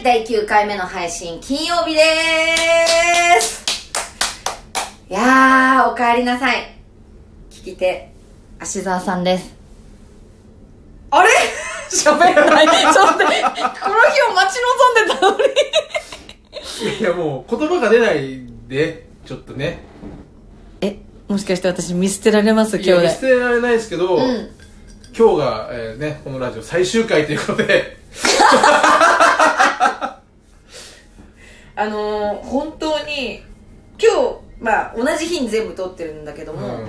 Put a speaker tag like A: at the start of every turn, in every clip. A: い、第9回目の配信、金曜日でーすいやー、おかえりなさい。聞き手、芦沢さんです。あれ喋らない。ちょっと、この日を待ち望んでたのに。
B: いやもう言葉が出ないでちょっとね
C: えもしかして私見捨てられます
B: い
C: 今
B: や
C: 日
B: 見
C: で
B: 捨てられないですけど、
A: うん。
B: 今日が、えーねこのラジオ最終回ということで
A: あのー、本当に、今日、まあ、同じ日に全部撮ってるんだけど
B: う
A: も、
B: ん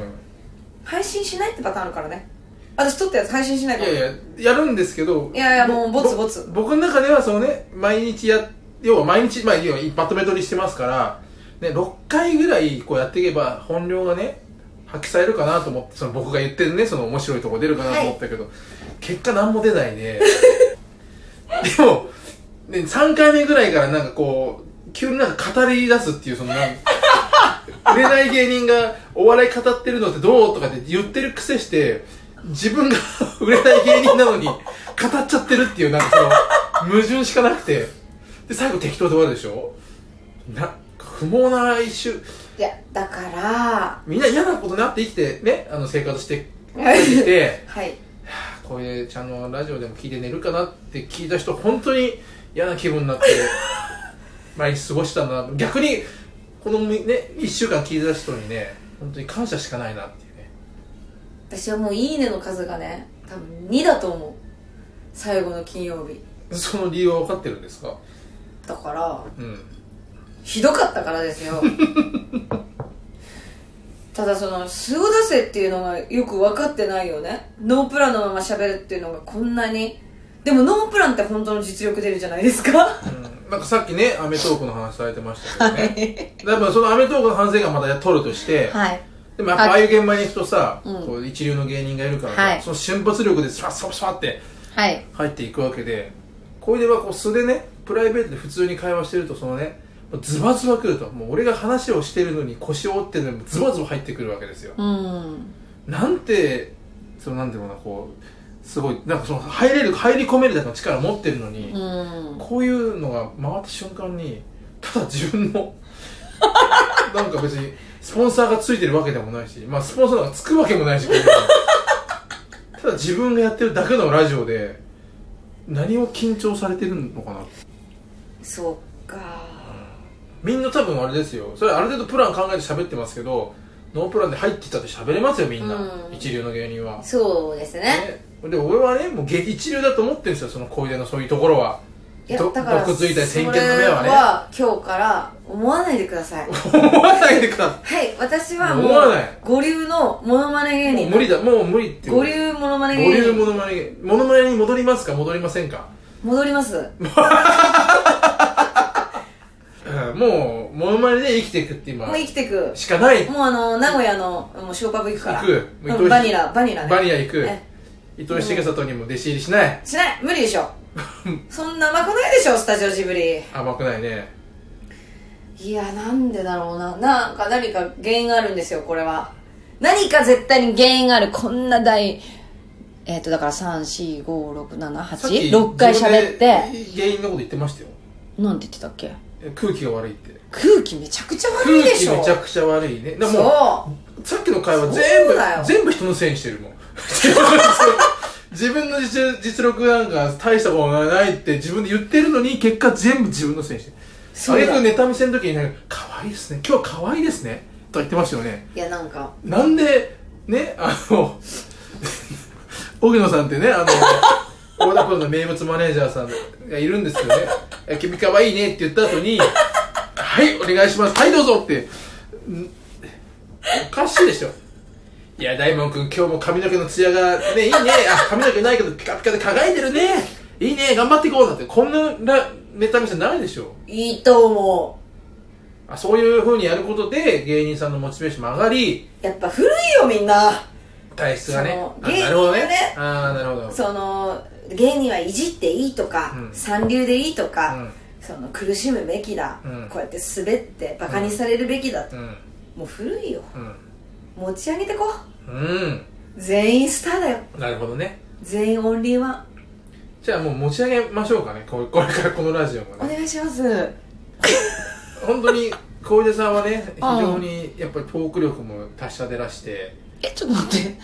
A: 配信しないってパターンあるからね。私撮ったやつ配信しない
B: い
A: から。
B: やいややるんですけど
A: いやいやもうぼつぼつ
B: 僕の中ではそのね毎日や要は毎日まあ要はまとめ撮りしてますから、ね、6回ぐらいこうやっていけば本領がね発揮されるかなと思ってその僕が言ってるねその面白いとこ出るかなと思ったけど、結果何も出ないね でも、ね、3回目ぐらいからなんかこう急になんか語り出すっていうそのなん売れない芸人がお笑い語ってるのってどうとかって言ってる癖して自分が 売れない芸人なのに語っちゃってるっていうなんかその矛盾しかなくてで最後適当で終わるでしょな不毛な一周
A: いや、だから、
B: みんな嫌なことなって生きてねあの生活してきて
A: はい。
B: これちゃんのラジオでも聞いて寝るかなって聞いた人本当に嫌な気分 になって毎日過ごしたんだな逆にこのね1週間聞いてた人にね本当に感謝しかないなっていうね
A: 私はもう「いいね」の数がね多分2だと思う最後の金曜日
B: その理由は分かってるんですか
A: だから
B: うん
A: ひどかったからです よただその素を出せっていうのがよく分かってないよねノープランのまま喋るっていうのがこんなにでもノープランって本当の実力出るじゃないですか
B: うんなんかさっきね『アメトーク』の話されてましたけどね、多分その『アメトーク』の反省がまた取るとして、
C: はい
B: でもやっぱああいう現場に行くとさ、
C: うん
B: こう一流の芸人がいるから、
C: はい
B: その瞬発力でスパッスパッスパッって
C: はい
B: 入っていくわけで小出はこう素でねプライベートで普通に会話してるとそのねズバズバ来るともう俺が話をしてるのに腰を折ってるのにズバズバ入ってくるわけですよ、
C: うん
B: なんてそのなんていうのかなこうすごいなんかその入れる入り込めるだけの力を持ってるのに、
C: うん
B: こういうのが回った瞬間にただ自分の なんか別にスポンサーがついてるわけでもないし、まあ、スポンサーがつくわけもないしただ自分がやってるだけのラジオで何を緊張されてるのかな
A: そうか
B: みんな多分あれですよそれある程度プラン考えて喋ってますけどノープランで入ってったって喋れますよみんな、
A: うん
B: 一流の芸人は、
A: そうですね
B: ねで俺はねもうげ一流だと思ってるんですよその小出のそういうところは。
A: いや
B: ど
A: だから
B: 毒づいた先見の目はね
A: それは今日から思わないでください
B: 思わないでください
A: はい私はも
B: 思わないう
A: 五流のモノマネ芸
B: もう
A: 人
B: 無理だもう無理って
A: 五流モノマネ
B: 五
A: 芸
B: 流
A: 人
B: モノマネモノマネに戻りますか戻りませんか、
A: 戻ります
B: うん、もうモノマネで生きていくって今
A: もう生きてく
B: しかない
A: もうあの名古屋のもうショーパブ行くから
B: 行くもう
A: うんバニラバニラね
B: バニラ行く
A: え
B: 伊藤重里にも弟子入りしない
A: しない無理でし ょそんな甘くないでしょスタジオジブリ
B: 甘くないね
A: いやなんでだろうななんか何か原因があるんですよこれは何か絶対に原因があるこんな大えっ、とだから
B: さっき
C: 3456786回喋って
B: 自分で原因のこと言ってましたよ
C: なんて言ってたっけ
B: え空気が悪いって
A: 空気めちゃくちゃ悪
B: 空
A: いで
B: 気
A: しょ
B: めちゃくちゃ悪いねでも
A: そう
B: さっきの会話
A: そうだよ
B: 全部全部人のせいにしてるもん 自分の実実力なんか大したことがないって自分で言ってるのに結果全部自分のせいにしてる
A: う
B: あ
A: そう
B: れと
A: だ
B: ネタ見せの時になんか、可愛いですね、今日可愛いですね、と言ってましたよね。
A: いやなんか
B: なんで、ね、あの、 荻野さんってね、あの、大田プロの名物マネージャーさんがいるんですよね。え君可愛いねって言った後に、はい、お願いします、はい、どうぞって、んおかしいでしょ。いや、大門君、今日も髪の毛のツヤがね、いいね、あ、髪の毛ないけどピカピカで輝いてるね、いいね、頑張っていこうなんて、こんならネタ見せないでしょ。
A: いいと思
B: あそういうふうにやることで芸人さんのモチベーションも上がり
A: うやっぱ古いよみんな
B: 体質がね
A: その
B: あ
A: 芸人
B: なるほどね
A: はね
B: ああなるほど
A: その芸人はいじっていいとか、
B: うん
A: 三流でいいとか、
B: うん
A: その苦しむべきだ、
B: うん
A: こうやって滑ってバカにされるべきだ、
B: うん
A: もう古いよ
B: うん
A: 持ち上げてこ
B: うん
A: 全員スターだよ
B: なるほどね
A: 全員オンリーワン
B: じゃあもう持ち上げましょうか ねここれからこのラジオも
D: お
B: ね
D: 願いします
B: 本当に小出さんはね非
A: ああ
B: 常にやっぱりトーク力も達者でらして
A: えちょっと待って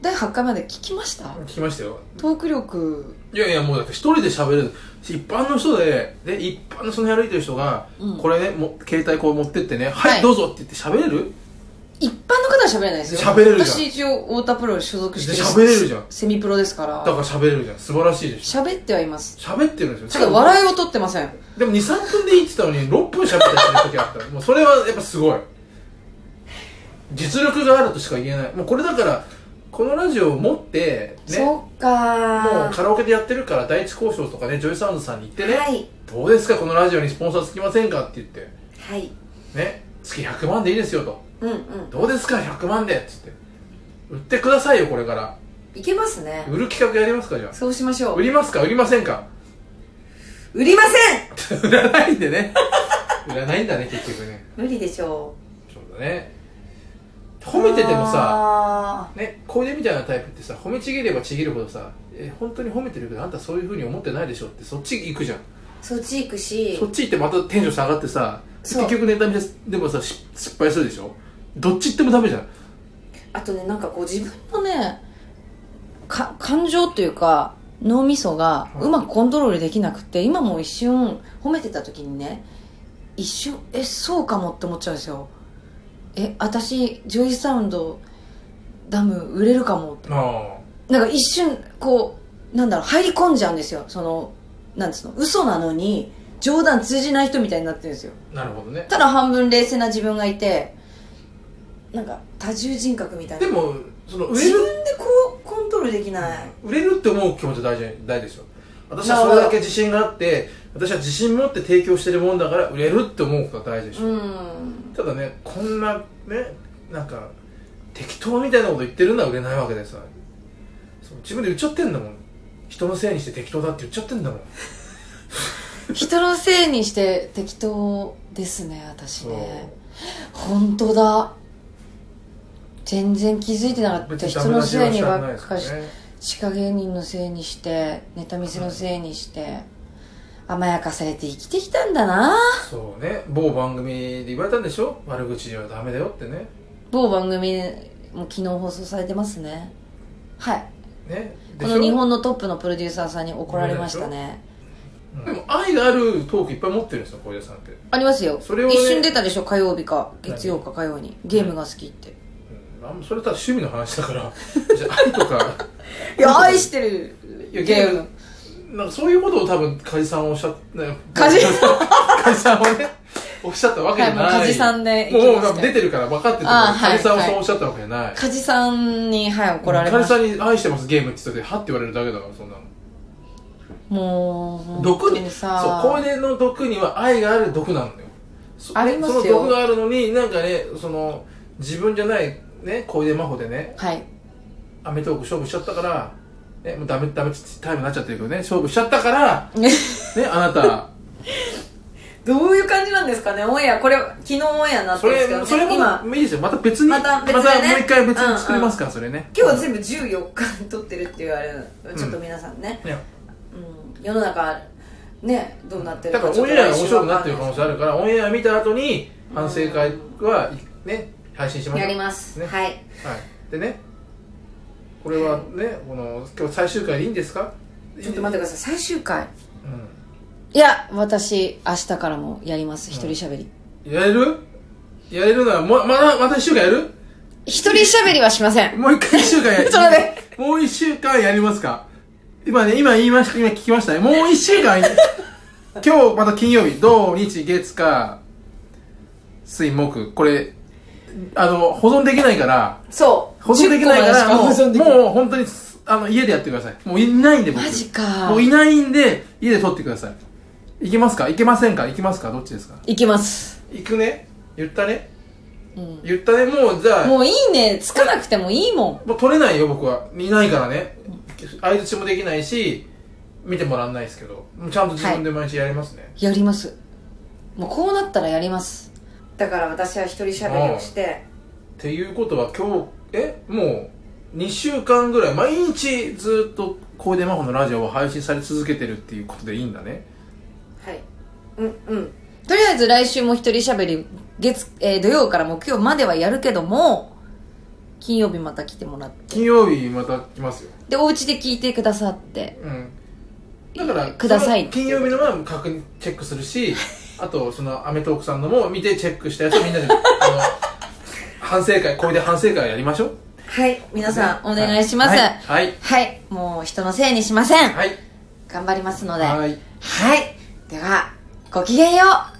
A: 第8回まで聞きました
B: 聞きましたよ
A: トーク力
B: いやいやもうだって一人で喋る一般の人でで一般のその歩いてる人が、
A: うん
B: これねも携帯こう持ってってね「はい、
A: はい
B: どうぞ」って言って喋れる
A: 一般の方は喋れないですよ
B: 喋れるじゃん
A: 私一応太田プロに所属してる
B: 喋れるじゃん
A: セミプロですから
B: だから喋れるじゃん素晴らしいでし
A: 喋ってはいます
B: ょ喋ってるんです
A: た
B: よ
A: だ笑いを取ってません
B: でも23分でいいって言ったのに6分喋ったりする時あった もうそれはやっぱすごい実力があるとしか言えないもうこれだからこのラジオを持ってね
D: そ
B: も
D: っか
B: うカラオケでやってるから第一交渉とかねジョイサウンドさんに行ってね、
D: はい
B: どうですかこのラジオにスポンサーつきませんかって言って
D: はい
B: ね月100万でいいですよと
D: うんうん
B: どうですか100万でっつって売ってくださいよこれから
D: いけますね
B: 売る企画やりますかじゃ
D: そうしまし
B: あ
D: ょ
B: 売
D: う
B: りますか売りませんか
D: 売りませ
B: 売らないんでね 売らないんだね結局ね
D: ん無理でしょ
B: そうだね
D: う
B: 褒めててもさ
D: さ
B: ね小出みたいなタイプってさ褒めちぎればちぎるほどさえ本当に褒めてるけどあんたそういうふうに思ってないでしょってそっち行くじゃん
D: そっち行くし
B: そっち行ってまたテンション下がってさ
D: そう
B: 結局ネタ見せでもさし失敗するでしょどっち行ってもダメじゃん
D: あとねなんかこう自分
A: このねか感情というか脳みそがうまくコントロールできなくて今も一瞬褒めてた時にね一瞬えそうかもって思っちゃうんですよえ私ジョイサウンドダム売れるかもって
B: あ
A: なんか一瞬こうなんだろう入り込んじゃうんですよそのなんつうの嘘なのに冗談通じない人みたいになってるんですよ
B: あなるほどね
A: ただ半分冷静な自分がいて
D: なんか多重人格みたい
B: で
D: な
B: もその売れ
D: 自
B: る
D: 分でこうコントロールできない
B: 売れるって思う気持ちは大事大事ですよ私はそれだけ自信があって私は自信持って提供してるもんだから売れるって思うことが大事でしょ、
D: うん
B: ただねこんなねなんか適当みたいなこと言ってるのは売れないわけでさそう自分で言っちゃってんだもん人のせいにして適当だって言っちゃってんだもん
A: 人のせいにして適当ですね私
B: そう
A: ね本当だ全然気づいてなかっ
B: 別
A: た
B: に
A: 人のせいに
B: ダメ
A: ば
B: 出
A: っ
B: し
A: か
B: は
A: りして
B: しないですよね
A: 地下芸人のせいにしてネタ見せのせいにして甘やかされて生きてきたんだな
B: そうね某番組で言われたんでしょ悪口はダメだよってね
A: 某番組も昨日放送されてますねはい
B: ねで
A: こ
B: しょ
A: の日本のトップのプロデューサーさんに怒られましたね
B: うんでも愛があるトークいっぱい持ってるんですよ小出さんって
A: ありますよ、
B: それをね
A: 一瞬出たでしょ火曜日か月曜か火曜にゲームが好きって、
B: うんあんまそれただ趣味の話だから じゃあ愛とか
A: いや愛してる
B: いや
A: ゲ
B: ゲ
A: ーム
B: ームなんかそういうことを多分梶さんおっしゃった
A: 梶
B: さん梶さんをねおっしゃったわけじゃない、
A: はいもう梶さんで
B: もう
A: 行きました
B: もう出てるから分かってて
A: あはい
B: 梶さんは
A: はい
B: そうおっしゃったわけじゃない、
A: 梶さんにはい怒られまし
B: 梶
A: た
B: さんに愛してますゲームって言っててはって言われるだけだからそんなの
A: もう本
B: 毒
A: 当
B: に
A: に
B: そう
A: さ
B: 小出の毒には愛がある毒なんだよそ
A: ありますよ
B: その毒があるのになんかねその自分じゃないね小出真帆でね
A: はい
B: アメトーーク勝負しちゃったから、ね、もうダメダメタイムになっちゃってるけどね勝負しちゃったからねあなた
A: どういう感じなんですかねオンエアこれ昨日オンエアになって
B: そ
A: るんです
B: れ
A: けど、ね、
B: それ
A: 今
B: もいいですよまた別に
A: また別でね
B: もう一回別に作りますから、それね
D: 今日全部14日に撮ってるっていうあれちょっと皆さんね、
B: いや
D: うん、世の中ねどうなってる
B: だから
D: ちょ
B: オ
D: っ
B: ン
D: と
B: エアが面白くなってる可能性あ
D: 来
B: るからオンエア見た後に反省会はね配信し
D: 週
B: ま
D: わかんないや
B: しょう
D: ります、
B: ね
D: はい
B: はいでねこれはねこの今日最終回でいいんですか
D: ちょっと待ってください最終回
A: いや私明日からもやります一人喋り、
B: うん、やれるやれるならままだまた一週間やる
A: 一人喋りはしません
B: もう一回一週間や
A: ちょっと待っ
B: もう一週間やりますか今ね、今言いました、今聞きましたね。もう一週間、今日また金曜日、土日月火、水木、これ、あの、保存できないから、
D: そう
B: 保存できないか
A: 10
B: ら、
A: 個
B: も
A: までしか保存
B: う
A: できない
B: もう本当に、あの、家でやってください。もういないんで、僕。
A: マジか
B: もういないんで、家で撮ってください。いけますかいけませんかいけますかどっちですか
A: いきます、
B: 行くね言ったね
A: うん、
B: 言ったねもう、じゃあ、
A: もういいねつかなくてもいいもん
B: もう取れないよ僕はいないからね相槌もできないし見てもらんないですけどちゃんと自分で毎日やりますね、
A: やりますもうこうなったらやります
D: だから私は一人喋りをして
B: っていうことは今日えもう2週間ぐらい毎日ずっと小出真帆のラジオを配信され続けてるっていうことでいいんだね
E: はいうんうん
A: とりあえず来週も一人喋り月、えー土曜から木曜まではやるけども金曜日また来てもらって
B: 金曜日また来ますよ
A: でお家で聞いてくださって
B: うんだから
A: ください
B: その金曜日のは確認チェックするし あとその『アメトーーク』さんのも見てチェックしたやつを みんなであの反省会これで反省会やりましょう
E: はい
A: 皆さんお願いします
B: はいはい
A: はいもう人のせいにしません
B: はい
A: 頑張りますので
B: は
A: は
B: い、
A: いではごきげんよう